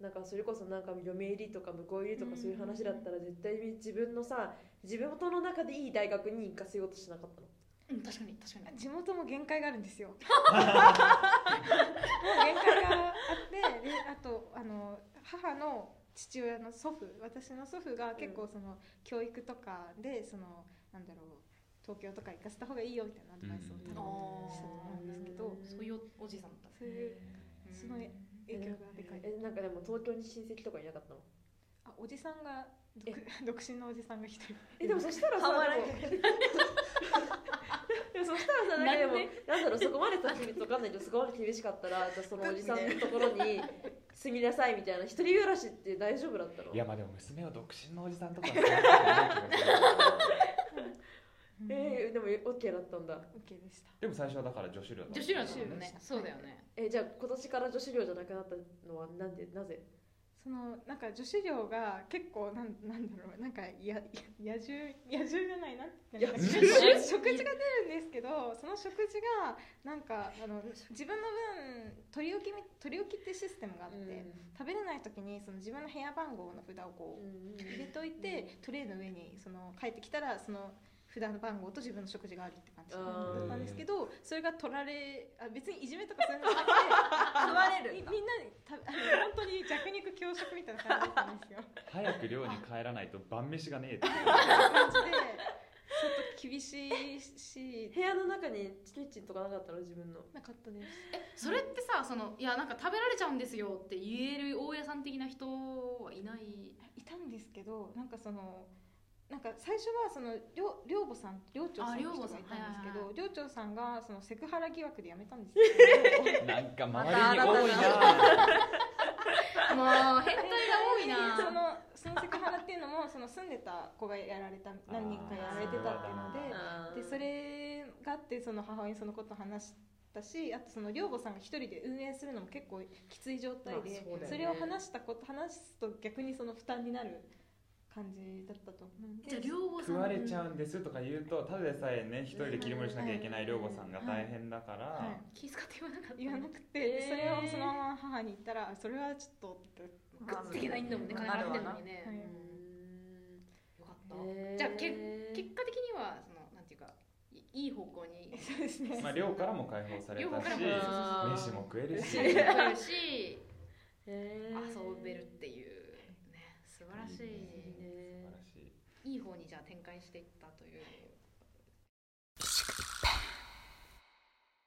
F: なんかそれこそなんか嫁入りとか向こう入りとかそういう話だったら絶対に自分のさ自分の中でいい大学に行かせようとしなかったの
I: うん確かに確かに
E: 地元も限界があるんですよ。もう限界があって、であとあの母の父親の祖父、私の祖父が結構その、教育とかでそのなんだろう東京とか行かせた方がいいよみたいなアドバイスを
C: うん
E: 多
I: あ
E: 分、
I: あ
E: そうなんですけど
I: そういうおじいさんだった
E: そういうすごい影響がでかい。
F: えなんかでも東京に親戚とかいなかったの
E: あおじさんが独独身のおじさんが一人。
F: えでもそしたらさ
D: 半笑い
F: でも でもそしたらさなんかでもなんだろうそこまでさ秘密わかんないけどそこまで厳しかったらじゃあそのおじさんのところ に住みなさいみたいな一人暮らしって大丈夫だったの
C: いやまあでも娘を独身のおじさんとかはそういうことない気がする
F: えー、でもオッケーだったんだ
E: オッケーでした。
C: でも最初はだから女子寮だった
I: 女子寮だっ
E: だ
I: た
E: た
I: も
E: も
I: ん
E: ん
I: ね
E: ね
I: そうだよね
F: えじゃあ今年から女子寮じゃなくなったのはなんでなぜ
E: そのなんか女子寮が結構なんなんだろうなんかやや野獣野獣じゃないな
F: 野
E: なんか
C: 獣
E: 食事が出るんですけどその食事がなんかあの自分の分取り置きみ取り置きってシステムがあって、食べれない時にその自分の部屋番号の札をこう入れといて、トレイの上にその帰ってきたらその札の番号と自分の食事があるって感じだ
F: あ
C: ー
E: ったんですけどそれが取られあ別にいじめとかそういうのじゃなくて。
D: 食われ
E: みみ
D: る
E: んなでたあの本当に弱肉強食みたいな感じだったんですよ。
C: 早く寮に帰らないと晩飯がねえっていう
E: 感じでちょっと厳しいし
F: 部屋の中にキッチンとかなかったの自分の
E: なかったです。
I: えそれってさそのいやなんか食べられちゃうんですよって言える大家さん的な人はい ない
E: いたんですけどなんかそのなんか最初はその寮寮母さん寮長さんの人がいたんですけ
I: あ寮母さんはいはいは
E: ど寮長さんがそのセクハラ疑惑で辞めたんですけど
C: なんか
D: また
C: 周り
D: 新
C: に
D: たな
C: 多いな
I: もう変態が多
J: いな
E: そ のそのセクハラっていうのもその住んでた子がやられた何人かやられてたっていうので
F: あー
E: でそれがあってその母親にそのことを話したしあとその寮母さんが一人で運営するのも結構きつい状態で、
F: まあそうだよね
E: それを話したこと話すと逆にその負担になる感じだったと思う
B: じゃあ両方さ
C: 食
B: ん
C: われちゃうんですとか言うとただでさえね一人で切り盛りしなきゃいけない寮母さんが大変だから、
E: はい
B: 気遣って言わなかった
E: 言わなくて、
B: へー
E: それをそのまま母に言ったらそれはちょっとって
B: 食っていけないんだもんね金払ってんのにね
E: はい
B: よかった、
F: へー
B: じゃあけ結果的にはそのなんていうかいいい方向に
E: そうですね、
C: まあ、寮からも解放され
B: 両方
C: た
B: か
C: し
B: らも
F: あー
C: 飯も食える し
B: そうそうそう来るし
F: へー
B: 遊べるっていうね素晴らし
F: い
B: い
F: いね
C: 素晴らしい
B: いい方にじゃあ展開していったという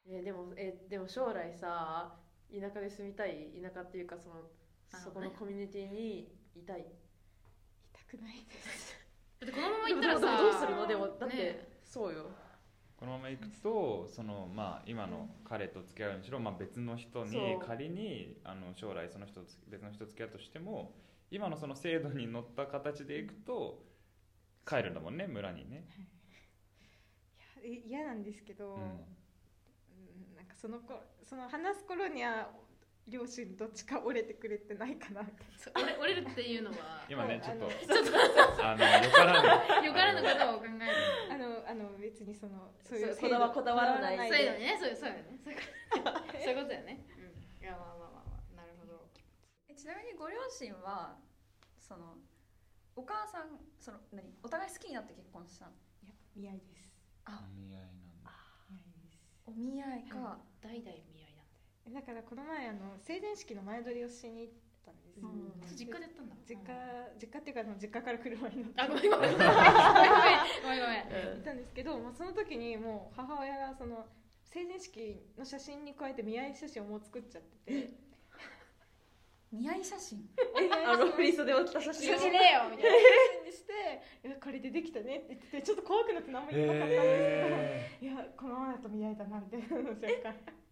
F: えーでもえーでも将来さ田舎で住みたい田舎っていうかその
B: あの
F: そこのコミュニティにいたい
E: 痛くないです
B: だってこのまま行ったら
F: でも
B: さ
F: どうするのでもだっ
B: ね
F: て、
B: え
F: そうよ
C: このままいくとその、まあ、今の彼と付き合うにしろ、まあ、別の人に
F: そう
C: 仮にあの将来その人と別の人と付き合うとしても今のその制度に乗った形でいくと帰るんだもんね村にね。
E: いやえ嫌なんですけど、
C: うん
E: うんなんかその子その話す頃には両親どっちか折れてくれてないかなって
B: そう折れ折れるっていうのは
C: 今ねちょっ
E: あ
C: と
E: の
C: あのよからぬ
B: よからぬことを考え
E: あのあの別にそのそう
F: そ
E: いうう
F: こだわこだわらない
B: る
E: こ
B: そういう
E: だ
B: の
E: わら
B: ねそういうそういうのねそういうことそういうことだよね、うん、いやまあまあまあまあなるほど
D: えちなみにご両親はそのお母さんその何お互い好きになって結婚したの
E: いや見合いです
C: お見合いなんだ
E: 見合いです
D: お見合いか、
B: 代々見合いなんだよ
E: えだからこの前あの成人式の前撮りをしに行ったんですよ、
F: うん
B: そう実家でやったんだ
E: 実家実家っていうかあの実家から車に乗って
B: あごめんごめん ごめんごめんごめん
E: 行ったんですけど、もうその時にもう母親がその成人式の写真に加えて見合い写真をもう作っちゃってて
D: 見合い写真
F: あのフリー袖を着た写真を
B: 信じねえよみたい
E: にして いやこれでできたねって言っててちょっと怖くなって何も言えなかったんで
C: え
E: すけど、いやこのままだと見合いだなみたいなのを若干
D: え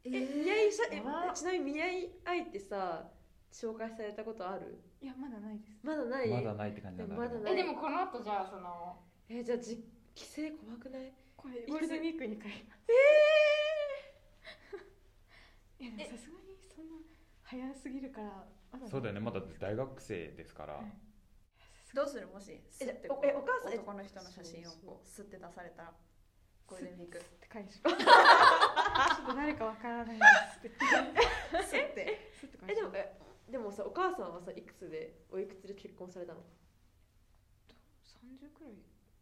F: え見合いさえちなみに見合い相手さ紹介されたことある
E: いやまだないです
F: まだない
C: ーまだないって感じなんだ
F: まだ
C: でも
B: な
F: な
B: いえでもこの後じゃあその
F: えーじゃあじ帰省怖くない
E: これ
F: つ
E: ゴールデンウィークに帰りますえいやでもさすがにそんな早すぎるからまだ
C: そうだよねまだ大学生ですから、
E: はい
D: どうするもしスッてこう
F: おえお母さんえ
D: 男の人の写真をこうスッて出されたらゴールデンウィーク
E: って返します ちょっと誰かわからないですって言って
D: スッて
E: スッと返
F: えで
E: しま
F: も
E: す
F: えでもさお母さんはさいくつでおいくつで結婚されたの
E: 30くらい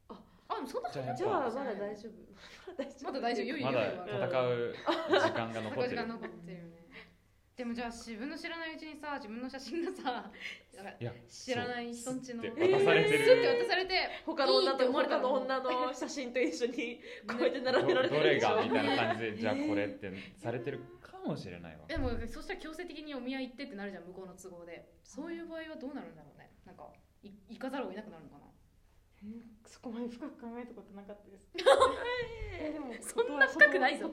B: あでもそんな
C: じゃあやっ
F: じゃあ
C: ぱ
F: まだ大丈夫 まだ大丈夫
B: まだ大丈夫余裕
C: まだ戦う時間が残って
B: 時
C: る
B: 間残ってるよねでもじゃあ自分の知らないうちにさ自分の写真が さなんか
C: いや
B: 知らない人んちの
C: そう
B: ス
C: スッて渡されてる
B: スッて渡されて
F: 他の女
B: いいって
F: と
B: 思われた
F: 他
B: の
F: の女の写真と一緒にこうやって並べら
C: ど
F: れて
C: ど
F: る
C: れ
F: でしょ
C: がみたいな感じでじゃあこれってされてるかもしれないわ
B: でもそしたら強制的にお見合い行ってってなるじゃん向こうの都合でそういう場合はどうなるんだろうねなんかい行かざるを得なくなるのかな
E: うんそこまで深く考えたことなか ったですえでも
B: そんな深くないぞ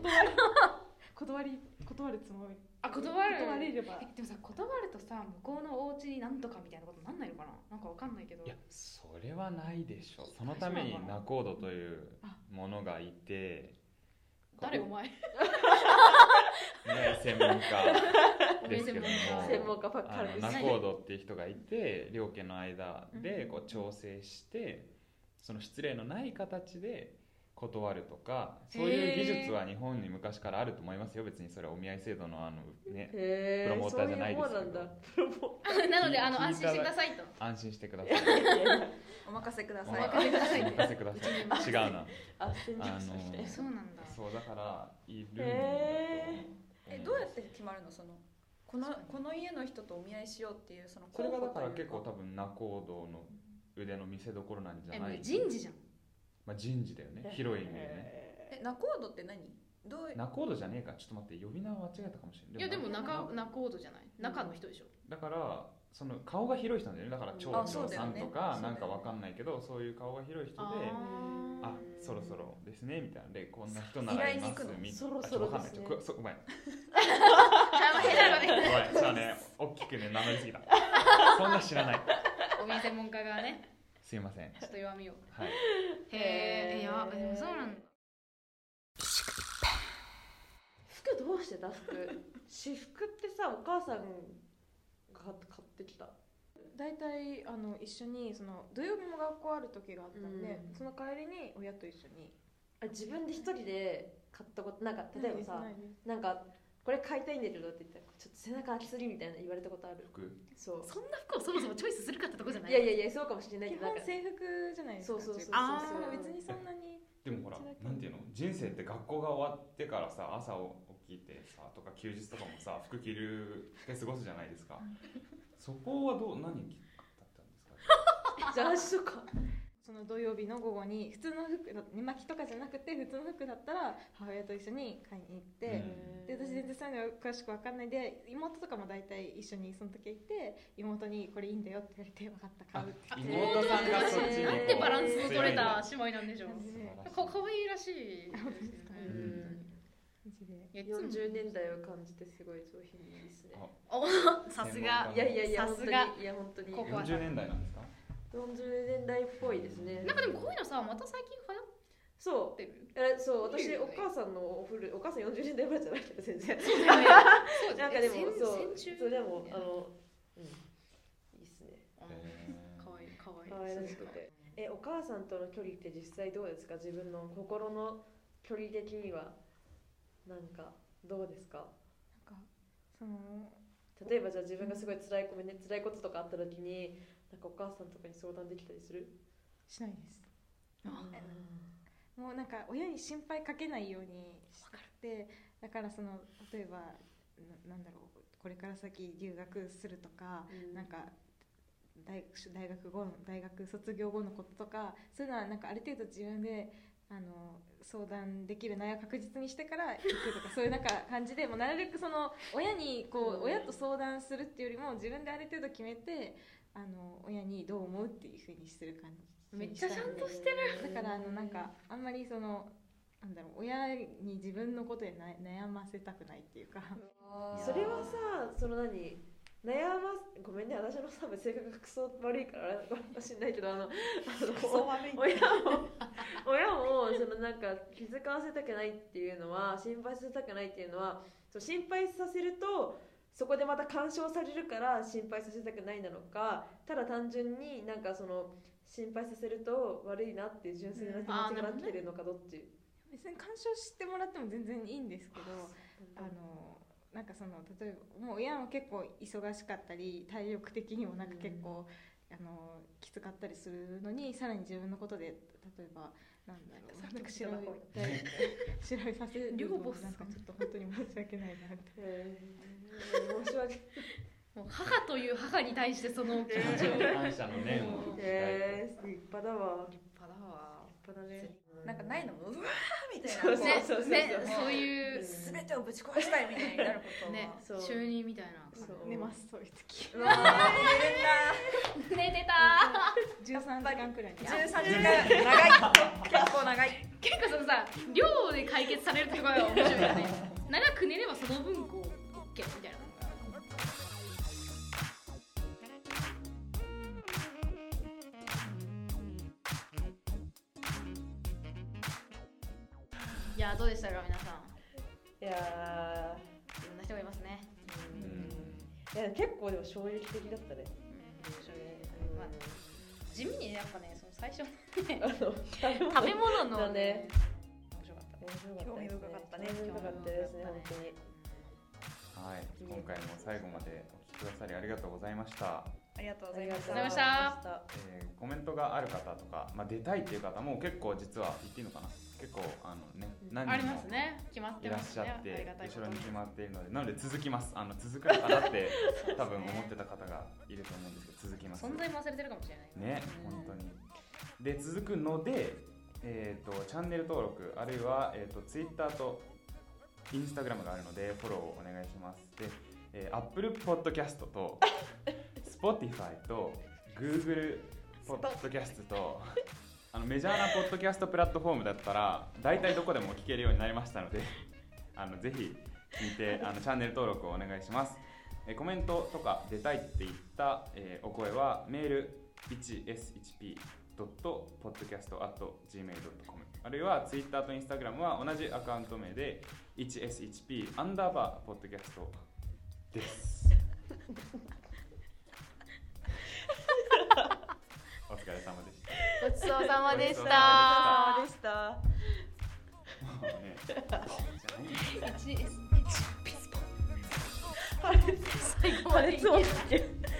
E: 断り断り断るつ もり
B: あ断る
E: 断れれば
B: えでもさ断るとさ向こうのお家になんとかみたいなことなんないのかななんかわかんないけど
C: いやそれはないでしょそのために仲人というものがいて
B: 誰お前
C: ね専門家ですけども
F: 専門家ばっか
C: あ
F: り
C: の
F: です
C: 仲人っていう人がいて両家の間でこう調整してその失礼のない形で断るとかそういう技術は日本に昔からあると思いますよ別にそれはお見合い制度のあのね
F: へ
C: プロモーターじゃないですけど
F: そういうもんなんだプロモ
B: なのであの
C: 聞い
B: 安
C: た
B: 心してくださいと
C: 安心してください
D: お任せくだ
C: お
D: さ
C: 任せ
D: い
C: くださいお
B: お
C: 任
B: 任
C: せ
B: せ
C: く
B: く
C: だ
B: だ
C: さ
B: さ
C: い
B: い
C: 違うな
F: あ宣伝者として
C: あの
B: そうなんだ
C: そうだからいるんだと思う
F: へ
D: えどうやって決まるのそのこのこの家の人とお見合いしようっていうその
C: それがだから
D: 候補とい
C: 結
D: う
C: 構多分仲人の腕の見せ所なんじ
B: え
C: ゃ
B: も
C: な
B: う
C: い
B: 人事じゃん
C: まあ、人事だよね広い意味でね
D: え仲人って何どう
C: 仲人じゃねえかちょっと待って呼び名を間違えたかもしれない
B: いやでも
C: な
B: 中中ほどじゃない中の人でしょ
C: だからその顔が広い人なんだよねだから長
F: あ
C: 女さんとか
D: そうだよね
C: なんかわかんないけどそういう顔が広い人で
B: あー
C: あそろそろですねみたいなでこんな人
D: 依
C: 習
D: 頼
C: い
D: に
C: ま
D: 行
C: す
D: くの
C: み
F: そろそろ
C: あちょっとわかんないちょっと
F: ですね
C: くそごめん
B: あんま変なの
C: ご
B: ね
C: めんそうだね大きくね名乗りすぎたそんな知らない。
I: お店専門家がね
C: すいません。
I: ちょっと弱みを
C: はい。
B: へえいやでもそうなんだ
F: 服どうして た服私服ってさお母さんが買ってきた
E: 大体あの一緒にその土曜日も学校ある時があったんで、
F: うん
E: その帰りに親と一緒に
F: あ自分で一人で買ったことなんか例えばさ
E: ないです
F: なんかこれ買いたいんだけどって言ったらちょっと背中飽きすぎみたいな言われたことある
C: 服。
F: そ
I: そんな服をそもそもチョイスするかってとこじゃ
F: う
I: ない
F: いやいやいやそうかもしれない
E: 基
F: けどなん
E: 本
F: か
E: 制服じゃないですか
F: そうそうそう
E: あ
B: そう
E: ー別にそんなに
C: でもほら
E: うちだけ、
C: なんていうの人生って学校が終わってからさ、朝起きてさ、とか休日とかも さ、服着るで過ごすじゃないですか。そこはどう、何着だったんですか
F: ジャージとか
E: その土曜日の午後に普通の服だ寝巻きとかじゃなくて普通の服だったら母親と一緒に買いに行って、
C: うん
E: で私全然そういうの詳しく分かんないで妹とかも大体一緒にその時行って妹に「これいいんだよ」って言われて「分かった買う」って
C: あ
E: 言って
C: 妹さんがそっちにこう。
I: なんてバランスの取れた
C: 素
I: 姉妹なんでしょう
E: 素晴ら
I: かかわいいらしいですよね
C: 晴らしい。うん
E: 感じで
I: いやいつも
F: 40年代を感じてすごい商品いいですね
C: あ
B: さすが
F: いやいやいや
I: さ
F: 本当
I: す
F: に
I: が
F: いや本当に
I: ここは
C: 40年代なんですか
F: 40年代っぽいですね
I: なんかでもこういうのさまた最近流行っ
F: そう
I: てる
F: えそう
I: いい
F: 私
I: よ
F: お
I: ね
F: 母さんのお古お母さん40年代前じゃないけど全然
I: そう
F: なんかでも
I: 戦
F: そう
I: 戦中
F: そうでもあのうんいいっすね
C: へー
I: かわいいかわいい
F: 可愛らしくてえお母さんとの距離って実際どうですか自分の心の距離的にはなんかどうですか
E: なんかその
F: 例えばじゃあ自分がすごい辛いごめんね辛いこととかあった時になんかお母さんとかに相談できたりする
E: しないです
F: うん
E: もうなんか親に心配かけないようにしたくてだからその例えばななんだろうこれから先留学するとか、なんか大大学後の大学卒業後のこととかそういうのはなんかある程度自分であの相談できる内容を確実にしてから行くとかそういうなんか感じでもうなるべくその親にこ
F: うん
E: う親と相談するっていうよりも自分である程度決めてあの親にどう思うっていうふうにする感じ
I: めっ
E: にし
I: ちゃ
E: たい
I: ちゃんとして
E: だからあのなんかあんまりそのなんだろう親に自分のことでな悩ませたくないっていうか。
F: それはさその何悩ますごめんね私のさ性格がクソ悪いからあれかもしんないけどあのあの親も親もそのなんか気づかせたくないっていうのは心配させたくないっていうのはそう心配させるとそこでまた干渉されるから心配させたくないなのかただ単純になんかその心配させると悪いなっていう純粋な気持ちが来てるのかどっち、
E: 別に干渉してもらっても全然いいんですけどあのなんかその例えばもう親も結構忙しかったり体力的にもなんか結構、あのきつかったりするのにさらに自分のことで例えばなんだろうなんか調べたり 調べさせる
I: 両
E: の
I: 母
E: も
I: さん
E: なんかちょっと本当に申し訳ないなって
F: へー申し訳
I: もう母という母に対してその気持
C: 感
I: ちを
C: 謝
I: 立
C: の感謝の念を聞きたい。
F: えー、立派だわ。立
I: 派だわ
F: 派だね。
D: なんかないのもうわーみたいな
F: そう
D: こ
F: そうそうそう
I: ねそういう
D: う全てをぶち壊したいみたいになることは
I: ね
F: そう
I: 中二みたいな
F: そう
E: 寝ますそういう時
F: うわ
D: あー
I: 寝てた
E: 13時間くらいに
D: 寝れた13時間長い結構長い
I: 結構そのさ量で解決されるってころが面白いよね長く寝ればその分こう OK みたいないやどうでしたか皆さん
F: い
I: い
F: や
I: ろんな人がいますね、
C: う
F: ー、
C: ん
F: いや結構でも衝撃的だったね。
I: うん、まあ地味にねやっぱねその最初の
F: うんあの食べ物
I: 食べ物の
F: だね
I: 面白かった
F: 面白かったですね。興味深かったですね本当に。
C: はい、今回も最後までお聞きくださりありがとうございました。
D: ありがとう
F: あ
D: ござい
F: りが
D: ま
F: とう
D: し
F: ご
D: た
F: ざいまし
I: あ
F: た。
C: えーコメントがある方とか、まあ、出たいっていう方も結構実は言っていいのかな結構あのね何
I: あり
C: 人
I: ます
C: も
I: ね決まっ
C: い
I: て
C: ら
I: ま
C: っ
I: す
C: しゃ
I: ね
C: って、
I: ありがたいこ
C: 後
I: と
C: ろ
I: に
C: に決まっているのでなので続きますあの続くのかなって 多分思ってた方がいると思うんですけど続きます
I: 存在も忘れてるかもしれない
C: ね本当にで続くので、えー、とチャンネル登録あるいは、えー、と Twitter と Instagram があるのでフォローをお願いしますで、えー、Apple Podcast と Spotify と Google Podcast とあのメジャーなポッドキャストプラットフォームだったら大体どこでも聞けるようになりましたのであのぜひ聞いてあのチャンネル登録をお願いしますえーコメントとか出たいって言った、えーお声はメール 1shp.podcast.gmail.com あるいは Twitter と Instagram は同じアカウント名で 1shp アンダーバーポッドキャストです。お疲れ様でした。
B: ごちそうさまでし
C: ごちそう
B: た
C: さ。
K: でした。
C: もうね、じゃない
I: 1 s
B: 最後までいけ
K: そうだっけ。